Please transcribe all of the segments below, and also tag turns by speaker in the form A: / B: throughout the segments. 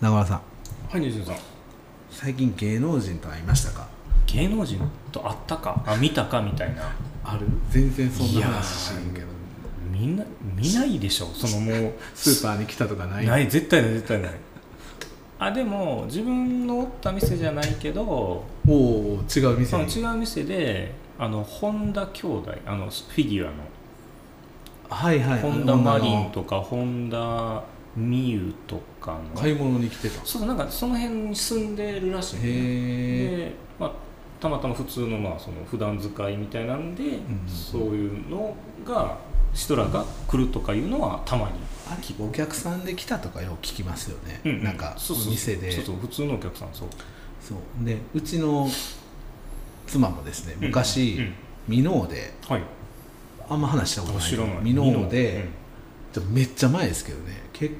A: 中村さん
B: はい西野さん
A: 最近芸能人と会いましたか
B: 芸能人と会ったかあ見たかみたいな
A: ある全然そんない
B: やー
A: 話しんけど
B: みんな見ないでしょそのも
A: スーパーに来たとかな
B: う
A: い
B: ない絶対ない絶対ないあでも自分のおった店じゃないけど
A: おお違う店
B: その
A: に
B: 違う店であの本田兄弟あのフィギュアの
A: はいはい
B: 本田マリン
A: と
B: とか本田美優とかの
A: 買い物に来てた
B: そうなんかその辺に住んでるらしいね
A: へえ
B: で、まあ、たまたま普通のまあその普段使いみたいなんで、
A: ん
B: そういうのが人らが来るとかいうのはたまに、
A: あれお客さんで来たとかよく聞きますよね、
B: うう
A: なんか
B: そうそう
A: お店で
B: そうそう普通のお客さんそう
A: そうでうちの妻もですね昔、
B: うんうん
A: ミノーで
B: はい
A: あんま話したことない
B: 知らない
A: ミノーで、ちょっとめっちゃ前ですけどね結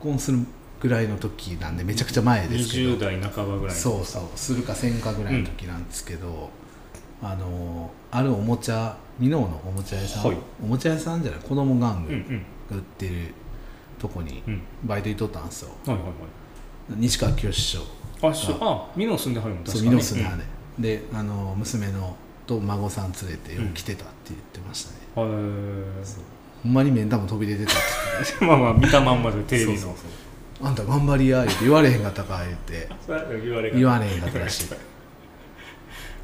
A: 婚するぐらいの時なんでめちゃくちゃ前
B: うん
A: ですけど
B: 20代半ばぐらいの
A: そうそうするかせんかぐらいの時なんですけど、あのあるおもちゃ箕面のおもちゃ屋さん、
B: はい
A: おもちゃ屋さんじゃない子供玩
B: う
A: 具
B: んうん
A: が売ってるとこに
B: うん
A: バイト行っとったんですよ、
B: はいはい
A: 西川きよし師匠
B: はいあしょあミノ住んではるもん
A: そう箕面住んではね、であの娘のと孫さん連れてよく来てたって言ってましたね、
B: うんへ
A: そうほんまに目ん玉飛び出てたって
B: え まあまあ見たまんまでテレビの
A: そうそうそうあんた頑張りや言って言われへんかったか言って
B: それは言われ
A: 言われへんかったらしい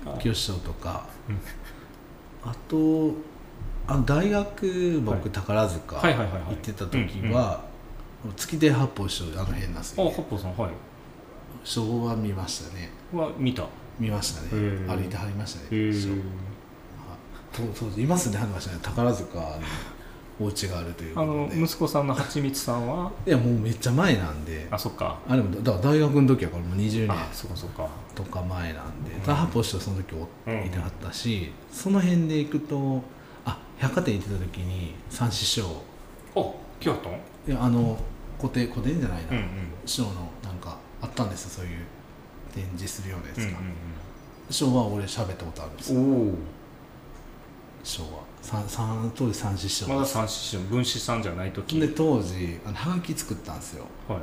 B: あ
A: 清志師匠とかあとあの大学僕、
B: はい
A: 宝塚
B: はい
A: 行
B: はいはいはい
A: ってた時は、月手八方師匠あの辺なんです
B: あ
A: よ、
B: 八方さんはい
A: 師匠は見ましたね
B: は見たへ
A: 見ましたね
B: へー
A: 歩いてはりましたね
B: え
A: 師匠と当時いますね話ね宝塚にお家があるという
B: あ
A: こ
B: の
A: とで
B: 息子さんのはちみつさんはい
A: やもうめっちゃ前なんで
B: あそっか
A: あでもだから大学の時はこれもう20年
B: あそっかそっか
A: とか前なんで
B: うん
A: 田八方師匠その時おいてはったし、その辺で行くとあ百貨店行ってた時に三師匠
B: お京都
A: いやあの古典古典じゃないな、
B: うんうん
A: 師匠のなんかあったんですよそういう展示するようなやつ
B: うん
A: が、師匠は俺喋ったことあるんです
B: う
A: よ
B: んうん
A: 師匠は三三当時三師
B: お
A: 匠
B: おまだ三師匠分子さんじゃない時
A: で当時あのハガキ作ったんですよ
B: はい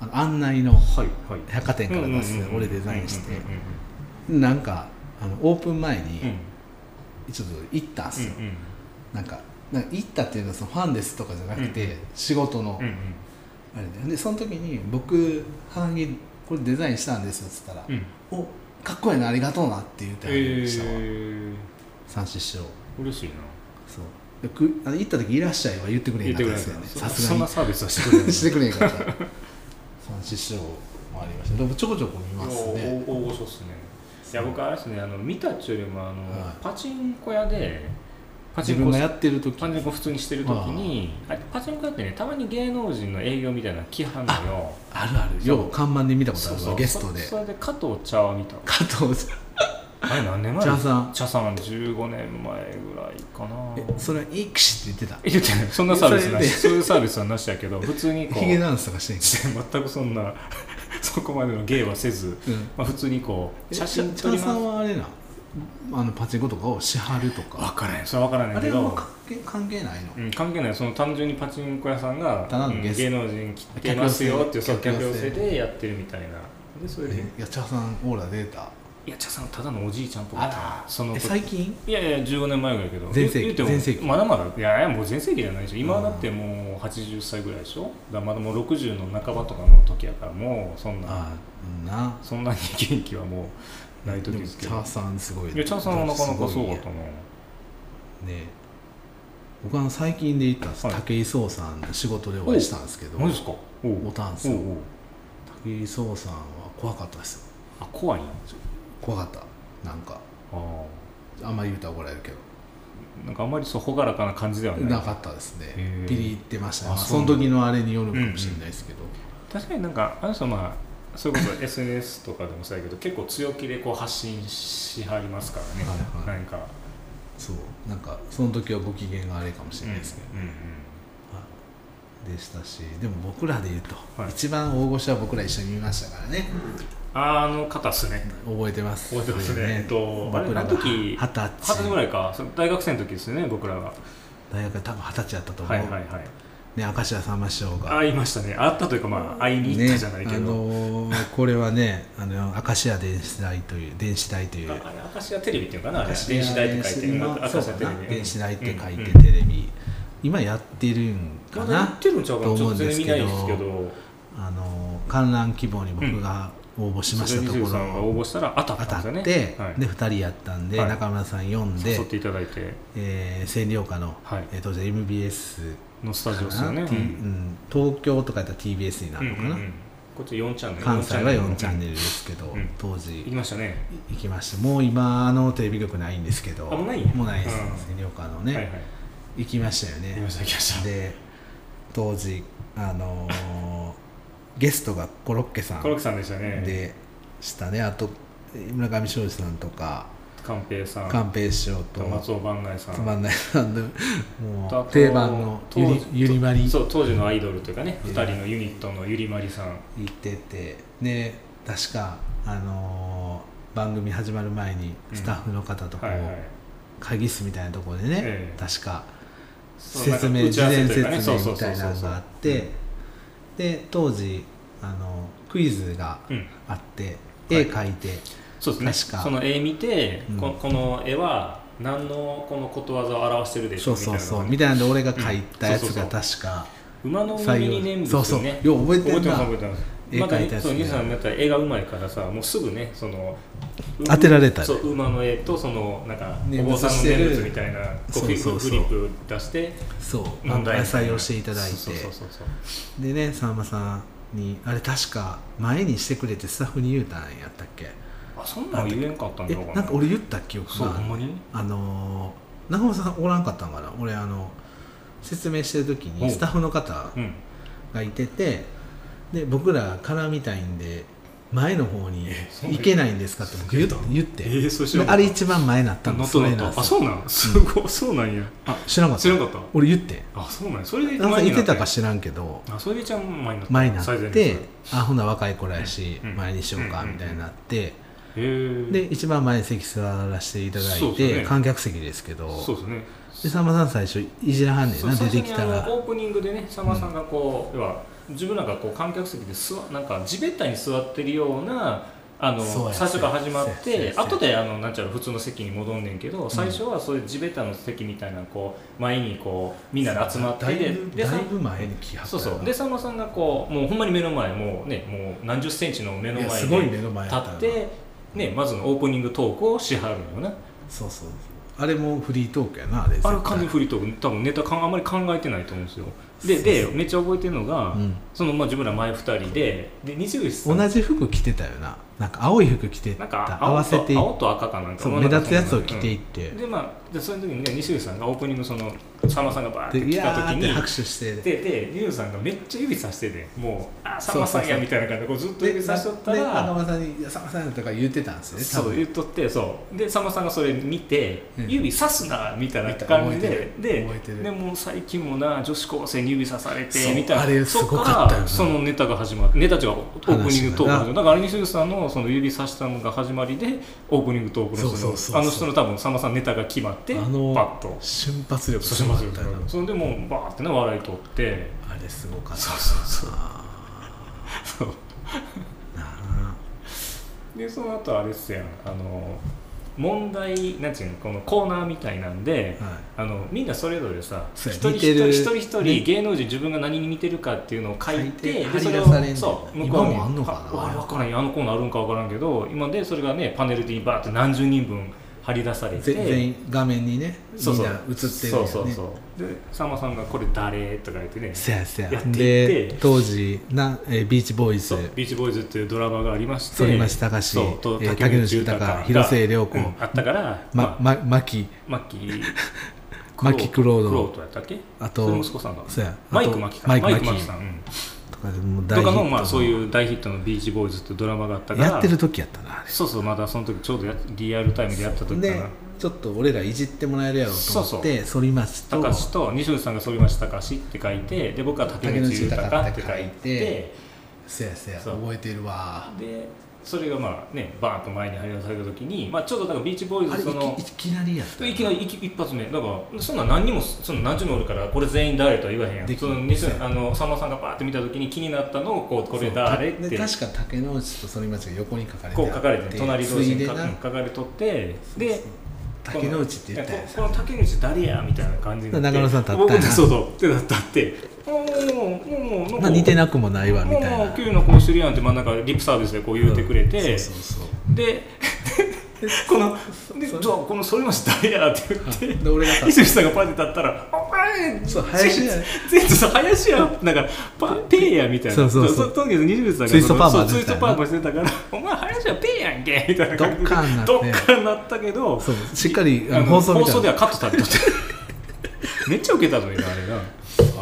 A: あの案内の
B: はいはい
A: 百貨店から出す、
B: うんうんうん
A: 俺デザインして、
B: うんうんうん
A: なんかあのオープン前に
B: うん
A: ちょっと行ったんですよ、
B: うんうん
A: なんかなんか行ったっていうのはそのファンですとかじゃなくて、
B: うん
A: 仕事の
B: うんうん
A: あれででその時に僕ハガキこれデザインしたんですよっつったら
B: うん
A: 「おかっこいいなありがとうな」って言ってあげましたわ、
B: え
A: 三師匠
B: ー嬉しいな
A: そうでくあの行った時「いらっしゃい」は言ってくれへ
B: 言
A: ん
B: っ
A: か
B: て
A: っ
B: く
A: たで
B: れない
A: す
B: か
A: よね
B: ら
A: さ
B: そ
A: す
B: そん
A: が
B: な
A: に
B: サービスはしてくれな い
A: してくれへんかった三師匠もありましたでもちょこちょこ見ますね
B: お大御所っすねいや僕あれですねあの見たっちゅうよりもあの、
A: はい
B: パチンコ屋でパチ
A: 自
B: ンコ
A: 分がやってる時
B: パチンコ普通にしてる時にあれパチンコ屋ってねたまに芸能人の営業みたいなの来はんのよ
A: あるあるよう看板で見たことあるわゲストで
B: そそれで加藤茶は見た
A: 加藤さん
B: あれ何年前
A: 茶さん
B: 茶さん15年前ぐらいかな
A: えそれは「いくし」って言って
B: え言ってないそんなサービスなし
A: そ
B: そういうサービスはなしやけど普通に
A: た
B: こ
A: ヒゲ
B: う
A: ダンスとかしてんけ
B: 全くそんな そこまでの芸はせず、
A: ど、うん
B: まあ、普通にこう
A: 写
B: 写
A: 真
B: 真
A: 撮
B: 撮り
A: りさ
B: ます
A: んはあれなあのパチンコとかをしはると
B: わ
A: か
B: からへんそれは分からへ
A: あ
B: んけ
A: れはもう
B: ど
A: 関係関係ないの、
B: うん、関係ないその単純にパチンコ屋さんが
A: ただの
B: うん
A: ゲスト
B: 芸能人来てますよっていうそう
A: 客
B: 客
A: 寄
B: 寄
A: せ
B: せでやってるみたいなでそれで
A: えいや茶さんオーラ出た
B: いや茶さんただのおじいちゃんっぽかったその
A: え最近
B: いやいや15年前ぐらいやけど
A: 全盛期
B: 言うても
A: 全盛期
B: まだまだいやいやもう全盛期じゃないでしょ今
A: うん
B: だってもう80歳ぐらいでしょだからまだもう60の半ばとかの時やからもうそんな
A: あうんな
B: そんなに元気はもうない
A: で
B: 時
A: も
B: ですけど
A: 茶さんすごい
B: いや茶さんはなかなかそうだった
A: ね
B: な
A: 僕は最近で行ったんです、
B: はい
A: 武井壮さんの仕事でお会いしたんですけど
B: マジですかお
A: お
B: う
A: たんす
B: おう
A: よ
B: おう
A: 武井壮さんは怖かったですよ
B: あ怖いんあ
A: 怖かったなんか
B: あ
A: あんまり言うと怒られるけど
B: なんかあまりそう朗らかな感じではない
A: なかったですね
B: へー
A: ピリってましたね
B: あ
A: まあ
B: そ
A: そうの時のあれによるかもしれないですけど、
B: 確かになんかあの人まあそれこそ SNS とかでもそうやけど結構強気でこう発信しはりますからね、
A: はいはい
B: なんか
A: そうなんかその時はご機嫌があれかもしれないですけど、
B: うんうん
A: はいでしたしでも僕らで言うと、
B: はい
A: 一番大御所は僕ら一緒に見ましたからね
B: あの方っすね
A: 覚えてます
B: 覚えてますねえっと
A: 僕ら
B: あ
A: が
B: れあの
A: 二十
B: 時二十
A: 歳
B: 歳ぐらいかその大学生の時ですよね僕らがは
A: 大学多分二十歳やったと思う、
B: いはいはい
A: ね、明石家さんま師匠が
B: 会いましたね会ったというかまあ会いに行ったじゃないけど、
A: ね、あのーこれはねあの明石家電子台という電子台という
B: ああれ明石家テレビっていうのかなあれ
A: 明
B: 電
A: 石
B: 子台って書いてる
A: 今
B: 明石
A: そうか
B: 家テレ
A: な
B: ビ
A: 電子台って書い
B: うん
A: てテレビ、今やってるんか
B: まだ言
A: な
B: ってるんちゃうか
A: と
B: なちょ
A: 思
B: っ
A: う
B: と
A: んで
B: 全
A: す
B: 然
A: けど
B: 見ないですけど
A: あのー観覧希望に僕が応募しましたとこ
B: 鈴木さんが
A: ろ、
B: 応募したら当たっ
A: 当
B: た
A: た
B: ん
A: って、
B: ですよね
A: で
B: はい
A: 2人やったんで、
B: はい
A: 中村さん読んで
B: 誘っ、ていただいて
A: えー、占領下の、
B: はい
A: えー当時は MBS
B: のスタジ
A: か
B: オですよね
A: な、T うん東京とかやったら TBS になるのかな、
B: うんうんうんこっち4チャンネル
A: 関西は4チャン
B: ル
A: ネルですけど、
B: うん
A: 当
B: 行き
A: 時
B: ましたね
A: 行きましてもう今あのテレビ局ないんですけど
B: あもうない
A: もうないです、
B: う
A: 占領下のね、
B: はいはい
A: 行きましたよ
B: 行きま
A: ね
B: した行きました
A: で当時あのーゲストがコロッケさん
B: コロッケさんでしたね
A: でしたねあと村上庄司さんとか
B: 寛平さん
A: 寛平師匠と
B: 松尾番外さん
A: つまんないさんの
B: あ
A: も
B: と
A: う定番のゆり
B: 当時
A: ゆりまり行
B: そう当時のアイドルというかね
A: うん
B: 2人のユニットのゆりまりさん
A: っててで確か、あのー番組始まる前にスタッフの方とこう、
B: はいはい
A: 会議室みたいなところでね、
B: ええ
A: 確か
B: そう
A: 説明
B: なんか打ち
A: 事
B: 合わ
A: 前
B: せ
A: 説
B: というかねそう
A: 明
B: そう
A: み
B: そ
A: た
B: う
A: い
B: そ
A: な
B: う
A: のがあってで当時あのクイズが
B: うん
A: あって、
B: は
A: 絵
B: い
A: 描いて、
B: そうです
A: 確
B: ね
A: か
B: その絵見て
A: うん
B: ここの絵は何のこのことわざを表してるでし
A: そ
B: ょ
A: うそうそう
B: み
A: み
B: たい
A: たいなんで俺が描いたやつが
B: うんそう
A: 確か
B: なのが馬の耳に念仏
A: そう
B: を
A: そう
B: ね
A: よう覚えて
B: 覚え
A: る
B: て
A: な
B: ます覚えてます
A: 絵
B: ま
A: 描
B: だ
A: い
B: ね
A: たやつ
B: そう西さんになったら絵がうまいからさもうすぐねその
A: 当てられたね
B: そう馬の絵とそのなんかお
A: 念
B: 坊
A: 仏
B: さんの
A: してる
B: 念仏みたいなこう
A: そうそうそう
B: フリップ出して
A: そう
B: 問題
A: 採用していただいて
B: そうそうそうそう
A: でねさんまさんにあれ確か前にしてくれてスタッフに言うたんやったっけ
B: あそんなん言えんかったんだ
A: え
B: ろうか
A: なんか俺言った記憶
B: そう
A: があ
B: ほ
A: る
B: んまに
A: あのー中本さんおらんかったんかな俺あの説明してる時
B: お
A: に
B: う
A: スタッフの方
B: うん
A: がいててで僕ら絡みたいんで前の方に
B: そう
A: 行けないんですかって僕言う言って、
B: えーそうしよう
A: であれ一番前になったの
B: なっ
A: そ
B: た
A: れ
B: な
A: なん
B: った
A: で
B: あ
A: すよ
B: そうなんすごいそうなんや
A: あ知らんかった
B: 知らんかった
A: 俺言って
B: あそうなんやそれで
A: なんか
B: 前に
A: 言っ
B: な
A: てたか知らんけど
B: あそれでちゃん前になった
A: 前になっ
B: 最前列
A: てあほな若い子らやし、
B: うん
A: 前にしようか
B: うん
A: みたいになって、
B: へー
A: で一番前に席座らせていただ
B: そう
A: い
B: です
A: て、
B: ね
A: 観客席ですけど
B: そうですね
A: でさんまさん最初いじらはんねん
B: そう
A: な
B: 最
A: 出
B: 初
A: て
B: に
A: きた
B: あ
A: ら
B: のオープニングでねさんまさんがこう、要は自分らがこう観客席で座なんか地べったに座ってるようなあの
A: そう
B: 最
A: や
B: 初から始まっ
A: そうやそうや
B: て
A: そうや
B: 後であのなんちゃら普通の席に戻んねんけど最初はそういう地べたの席みたいなこう前にこうみんなで集まって
A: だい
B: で
A: ぶ
B: でさ
A: だいぶ前に来はった
B: そう
A: よな
B: そうでさんまさんがこうもうほんまに目の前もうねもう何十センチの目の
A: いや
B: 前
A: す
B: に
A: ごい
B: 立
A: 目の前やった
B: っ
A: な
B: て、ね、まずのオープニングトークをしはるのよな
A: そうそうあれもフリートークやなあれ
B: あれ完全にフリートーク多分ネタかんあんまり考えてないと思うんですよででめっちゃ覚えてるのが、
A: うん
B: そのまあ自分ら前2人でで西口さん
A: 同じ服着てたよななんか青い服着て
B: な
A: た
B: んか
A: 合わせ
B: 青
A: て
B: と青と赤かなんか
A: そう
B: まあ
A: 目
B: なん
A: 立
B: か
A: つやつを着ていっ
B: う
A: て
B: ん、でまあでその時にね西口さんがオープニングそのさんまさんがバーって
A: でい
B: 来た
A: や
B: 時
A: ーっ
B: に
A: て拍手して
B: でで西口さんがめっちゃ指さしててもう「あさんまさん
A: そうそう
B: や」
A: そう
B: みたいな感じでこうずっと
A: で
B: 指さしとった
A: で中
B: ら
A: 村さんにいや「さんまさん」とか言ってたんですよね多
B: そう
A: 分
B: 言っとってそうでさんまさんがそれ見て「
A: うん
B: 指さすな」みたいな感じ
A: 覚
B: で
A: えてる
B: で
A: 覚えてる
B: でもう最近もな女子高生に指さされ
A: そ
B: て
A: う
B: みたいな
A: あれす
B: そ
A: ご
B: っ
A: かったよな
B: からそのネタが始まってネタ違うオープニングトークが始ま
A: 話
B: るだからアリニシュさんのその指さしたのが始まりでオープニングトークの
A: そうそう
B: その
A: そうそう
B: あの人の多分さんまさんネタが決まってパ
A: あの
B: ッと
A: 瞬発力
B: 進ますよ
A: すごかったよな
B: それでもうバーってね笑い取って
A: あれすごかった
B: そうそうそうそう
A: なあ
B: でその後あれっすやんあの問題なんていうのこのコーナーみたいなんで、
A: はい
B: あのみんなそれぞれさ
A: そ
B: 一
A: う
B: 人
A: 似
B: 一
A: て
B: 人
A: る
B: 一人一人
A: ね
B: 芸能人自分が何に似てるかっていうのを書いて
A: 書いて
B: でそれ
A: 貼
B: を
A: り出されんねん
B: そう向
A: 今
B: こうに
A: もあんのかな
B: あれ分からんあのコーナーあるんか分からんけど今でそれがねパネルでバーって何十人分貼り出され
A: ぜ
B: て
A: 全員画面にね
B: そう
A: みん
B: そう
A: な映ってる
B: そ
A: よ
B: うそう
A: ね
B: そうでさんまさんが「これ誰?」とか言ってね
A: せやせや
B: やっていって
A: で当時なえービーチボーイズ
B: そうビーチボーイズっていうドラマがありまして
A: 反町隆史
B: そうと
A: えー
B: 竹
A: 竹
B: 内
A: 内豊
B: 豊
A: 広末涼子
B: うんあったから
A: ま
B: ま
A: ま牧
B: マッキー
A: マキクロード
B: クロードやったっけ
A: あと
B: それ息子さんだ
A: そうやあと
B: マイク・マキか
A: マイク
B: マイク・
A: マ
B: マ
A: キ
B: キさんうん
A: とかでもう
B: とか
A: ヒッ
B: の
A: ト
B: まあそういう大ヒットのビーチボーイズってドラマがあったから
A: やってる時やったなあれ
B: そうそうまだその時ちょうどやリアルタイムでやった時か
A: で
B: な
A: ちょっと俺らいじってもらえるやろうと思って反町と
B: 高橋と西口さんが反町隆史って書いてで僕は竹内豊って書い
A: 竹内豊って書い
B: て
A: せやせや
B: そう
A: 覚えてるわ
B: でそれがまあねバーンと前に張り出された時に、まあ、ちょっとなんかビーチボーイ
A: あ
B: ズ
A: れい
B: その
A: きいきなりやったよ
B: いきなり一一発目だからそんな何にもそんな何十もおるからこれ全員誰とは言わへんや
A: で
B: ん
A: き
B: その西野あのさんまさんがパーって見た時に気になったのをこうこれ誰っ
A: そうたで
B: て
A: 確か竹野内と反町が横に書かれてあっ
B: こう書かれて隣同士
A: つい
B: に
A: で
B: 書
A: な
B: かれとって
A: そう
B: で
A: そう竹野内って言ったやつ
B: このこの竹内誰やみたいな感じになっ
A: 中
B: て
A: 野さん立った
B: 僕
A: やん
B: そうそうってなったってもうもうもうもう
A: まあ似てなくもないわみ
B: もう
A: たい
B: も
A: な
B: う9のこうしてるやんって真ん中リップサービスでこう言うてくれて、
A: うんそうそうそう
B: でこのでじゃあこの反町誰やって言って
A: で俺がさ
B: 伊勢さんがパッて立ったら「お前
A: そう林や
B: 全部さ林やなんかパペーや」みたいな
A: そうそうそう
B: とにかく西口さんが
A: ツイストパーマ
B: そうツイストパーマしてたから 「お前林やペーやんけ」みたいな感じで
A: ドッカンなって
B: ドッカンなったけど
A: そうしっかりあ
B: あ
A: の
B: の
A: 放送みたい
B: で
A: な
B: はカットされとってめっちゃウケたのよ今あ れが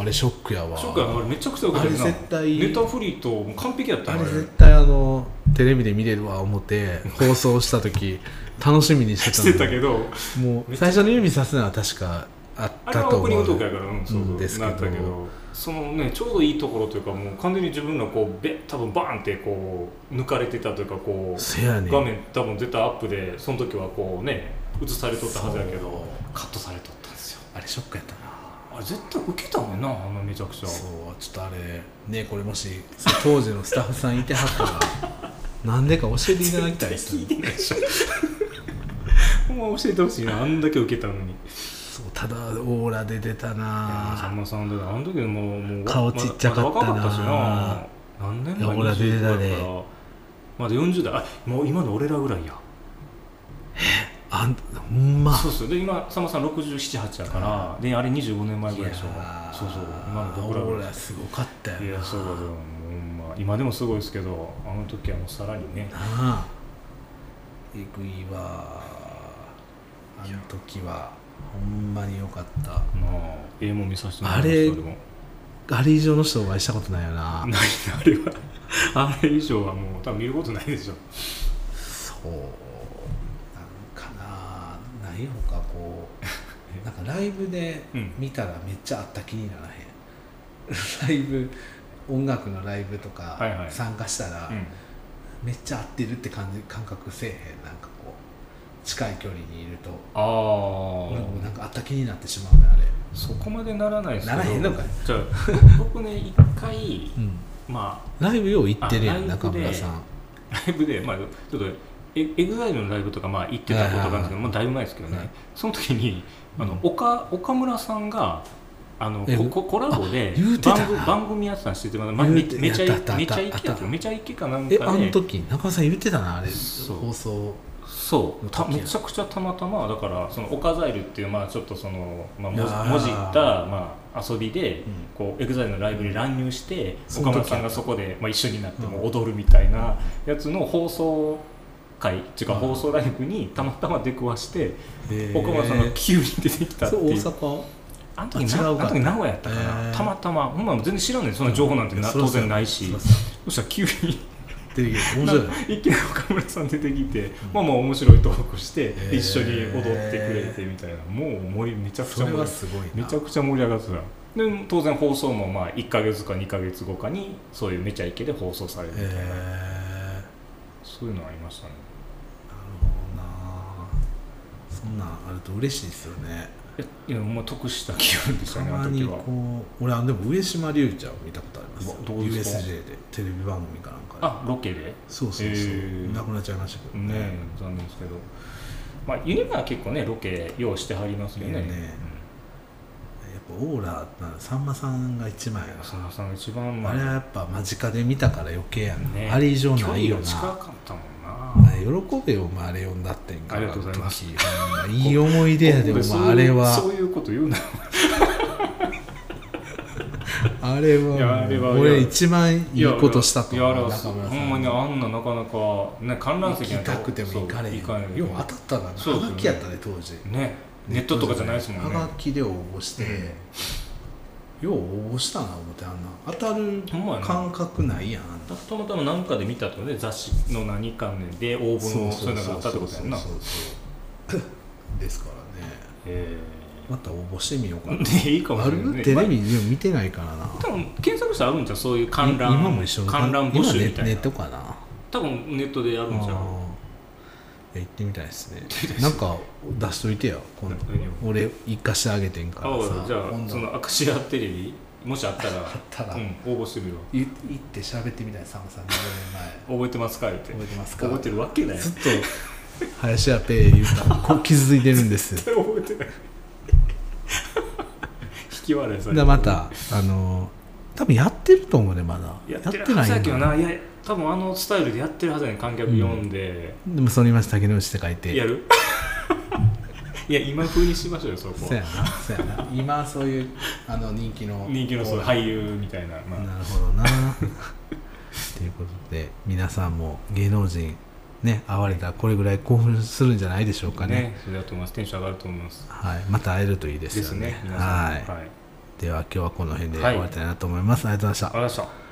A: あれショックやわ
B: ショックやなあれめちゃくちゃウケたよな
A: あれ絶対
B: ネタフリーともう完璧やった
A: あ
B: よ
A: れ絶対あのテレビで見れるわ思って放送した時楽しみにしてた
B: し
A: の
B: てたけど
A: もう最初の指さすのは確かあっ
B: あれ
A: た
B: は
A: と
B: オープニン
A: 思
B: グトークや
A: う
B: から、うん、そうそう
A: うんですけど
B: なったけどそのねちょうどいいところというかもう完全に自分がこうべ多分バーンってこう抜かれてたというかこう
A: せやね
B: 画
A: ん
B: 面多分絶対アップでその時はこうね映されとったはずやけ
A: そう
B: どカットされとったんですよ
A: あれショックやったな
B: あれ絶対ウケたもんなあんなめちゃくちゃ
A: そうちょっとあれねこれもしそう当時のスタッフさんいてはったら なんでか教えていただきたいですね
B: 聞いてないでしょ ほんま教えてほしいなあんだけウケたのに
A: そうただオーラで出た
B: さん
A: な
B: まさんだからあの時もうもう
A: 顔ちっちゃかったな
B: まだまだ若かったしな何年前
A: いや俺ら出てたね
B: 20代からまだ40代あもう今の俺らぐらいや
A: あんほんま
B: そうそうで今さんまさん678やからであれ25年前ぐらいでしょ
A: いやー
B: そうそう今の僕ら
A: オ
B: ぐ
A: ー
B: ら
A: ラすごかったよ
B: いい
A: な
B: やそうだそうだもうほんま今でもすごいですけどあの時はもうさらにね
A: なあえぐいわあの時はほんまによかった
B: まあええもん見させてもらいま
A: あれ
B: したでも
A: あれ以上の人お会いしたことないよな
B: ないなあれはあれ以上はもう多分見ることないでしょ
A: そうなんかなないほかこ うなんかライブで
B: うん
A: 見たらめっちゃあった気にならへんライブ音楽のライブとか
B: はいはい
A: 参加したら
B: うん
A: めっちゃ合ってるって感じ感覚せえへんなんかこう近い距離にいると
B: ああ
A: なんかなんかあった気になってしまうねあれ
B: そこまでならないですけど
A: ならへんのかい
B: じゃあ 僕ね一回
A: うん
B: ま
A: ライブよう行ってるやん
B: あライブ
A: 中
B: で
A: 村さん
B: あライブで、まあ、ちょっとエエグザイルのライブとかまあ行ってたことがあるんですけど、もうだいぶ前ですけどね、
A: はい
B: その時にあの、
A: うん
B: 岡岡村さんがあの
A: え
B: ここコラボで
A: あ言うてたな
B: 番組番組やってたんしてて、まあまあ、め
A: 言うて
B: めちゃイ
A: やったあった
B: めちゃ
A: あ
B: イケや
A: っ
B: ったためちゃイケかなんか
A: え
B: で
A: あの時中村さん言ってたなあれ
B: そう
A: 放送
B: そうた
A: 時や
B: めちゃくちゃたまたまだからその岡ザイルっていうまあちょっとその、まあ、
A: いや
B: もじ
A: ー
B: もじった、まあ、遊びで、
A: ん
B: こうエグザイルのライブに乱入して、
A: その
B: 岡
A: 時
B: 村さんがそこで、まあ、一緒になってもう踊るみたいなやつの放送会っていうか
A: うん
B: 放送ライブにたまたま出くわして、
A: へー
B: 岡村さんが急に出てきたって
A: そう
B: い
A: 大
B: う
A: 阪
B: あの時
A: あ違う
B: な
A: か
B: あの時名古屋やったか
A: へ
B: ら
A: ー
B: たまたまほんま全然知らんねんその情報なんてな、
A: そら
B: 当
A: そう
B: 然ないし
A: そら
B: そ
A: そう
B: したら急に。
A: 出てきて面白いよ
B: 一見岡村さん出てきて、まあまあ面白いトークして
A: へー
B: 一緒に踊ってくれてみたいなもう盛りめちゃくち
A: そ
B: ゃ
A: れ
B: 盛り
A: はすごいな
B: めちゃくちゃ盛り上がってたで当然放送もまあ1か月か2か月後かにそういうめちゃイケで放送されるみたいな、
A: え
B: そういうのありましたね
A: なるほどなそんなんあると嬉しいですよね
B: いやもう得した気分でした
A: た
B: ねあ
A: ま
B: の
A: に
B: 時
A: こ
B: は
A: う俺あでも上島竜ちゃんを見たことありますよ
B: うわどうですか
A: USJ でテレビ番組かなんかで
B: あロケで
A: そうそうそう、
B: へー
A: なくなっちゃいましたけど
B: ね
A: ね
B: 残念ですけどまあユニバは結構ねロケ用意してはりますよね
A: いいよねやっぱオーラなさんまさんが一枚や
B: うん
A: な
B: 浅野さんが一番ま
A: あれはやっぱ間近で見たから余計やな、
B: ね
A: あれ以上ないよ
B: 距離が
A: な
B: 近かったもんな
A: まあ喜べよお前あれ呼んだってんから
B: ありがとうございます
A: あの時ほんまいい思い出やで お
B: そうい
A: 前
B: う
A: あれ
B: そう
A: は
B: いうこと言うなよ
A: あれ
B: いやあれ
A: は
B: は
A: 俺
B: いや
A: 一番いいことしたと
B: いやあれ
A: 思う
B: は
A: 中村さ
B: ほ
A: ん
B: んまにあんななかなかね観覧
A: 行
B: 席
A: き
B: なん
A: たくても行かれへん
B: そう行かれへん
A: よう当たったからな
B: そう
A: は
B: ですよね
A: がきやったね当時
B: ねネットとかじゃないですもんね
A: はがきで応募して、よう応募したな思ってあんな当たる
B: ほんまやな
A: 感覚ないやんあんな
B: たまたま何かで見たってことね雑誌の何かねで応募のそういうのがあったってことやんなへ
A: そうそうそうですからね
B: え
A: また応募してみようかな
B: でいいかも
A: あ
B: しれない
A: る
B: ね
A: テ
B: まあ
A: レビでも見てないからな
B: 多分検索したらあるんじゃうそういう観覧
A: 今も一緒
B: 観覧募集みた
A: 今ネネ
B: いな
A: ットかな
B: 多多分ネットでやるんちゃう
A: いや行ってみたいですねなんか出しといてや今度
B: 何を
A: 俺行かしてあげてんから
B: あ
A: さ
B: じゃ
A: 今
B: あ
A: 度
B: そのアクシアテレビもしあったら
A: ただ
B: うん、応募してみるわ
A: い行って喋ってみたいサムさんの
B: 覚えてますか言って
A: 前覚えてますか
B: 覚えてるわけない
A: ずっと 林家ペイ言うたらこう傷ついてるんです よ
B: 絶対覚えてない引き笑いされ
A: でまたあの多分やってると思うねまだ
B: やってるはずやけどな、いや、多分あのスタイルでやってるはずやねん観客読んで、
A: でもそれました竹野内って書いて
B: やる いや、今風にしましょうよ、そこ
A: そうやなそうやな今そういうあの人気の
B: 人気のそう俳優みたいな、まあ
A: なるほどなということで皆さんも芸能人ね会われたらこれぐらい興奮するんじゃないでしょうかね
B: ね、それだと思います、テンション上がると思います。
A: はい、また会えるといいで
B: です
A: よ
B: す
A: ね
B: ね、皆さん。
A: はい
B: はい、
A: では今日はこの辺で終わりたいなと思います、ありがとうございました
B: ありがとうございました。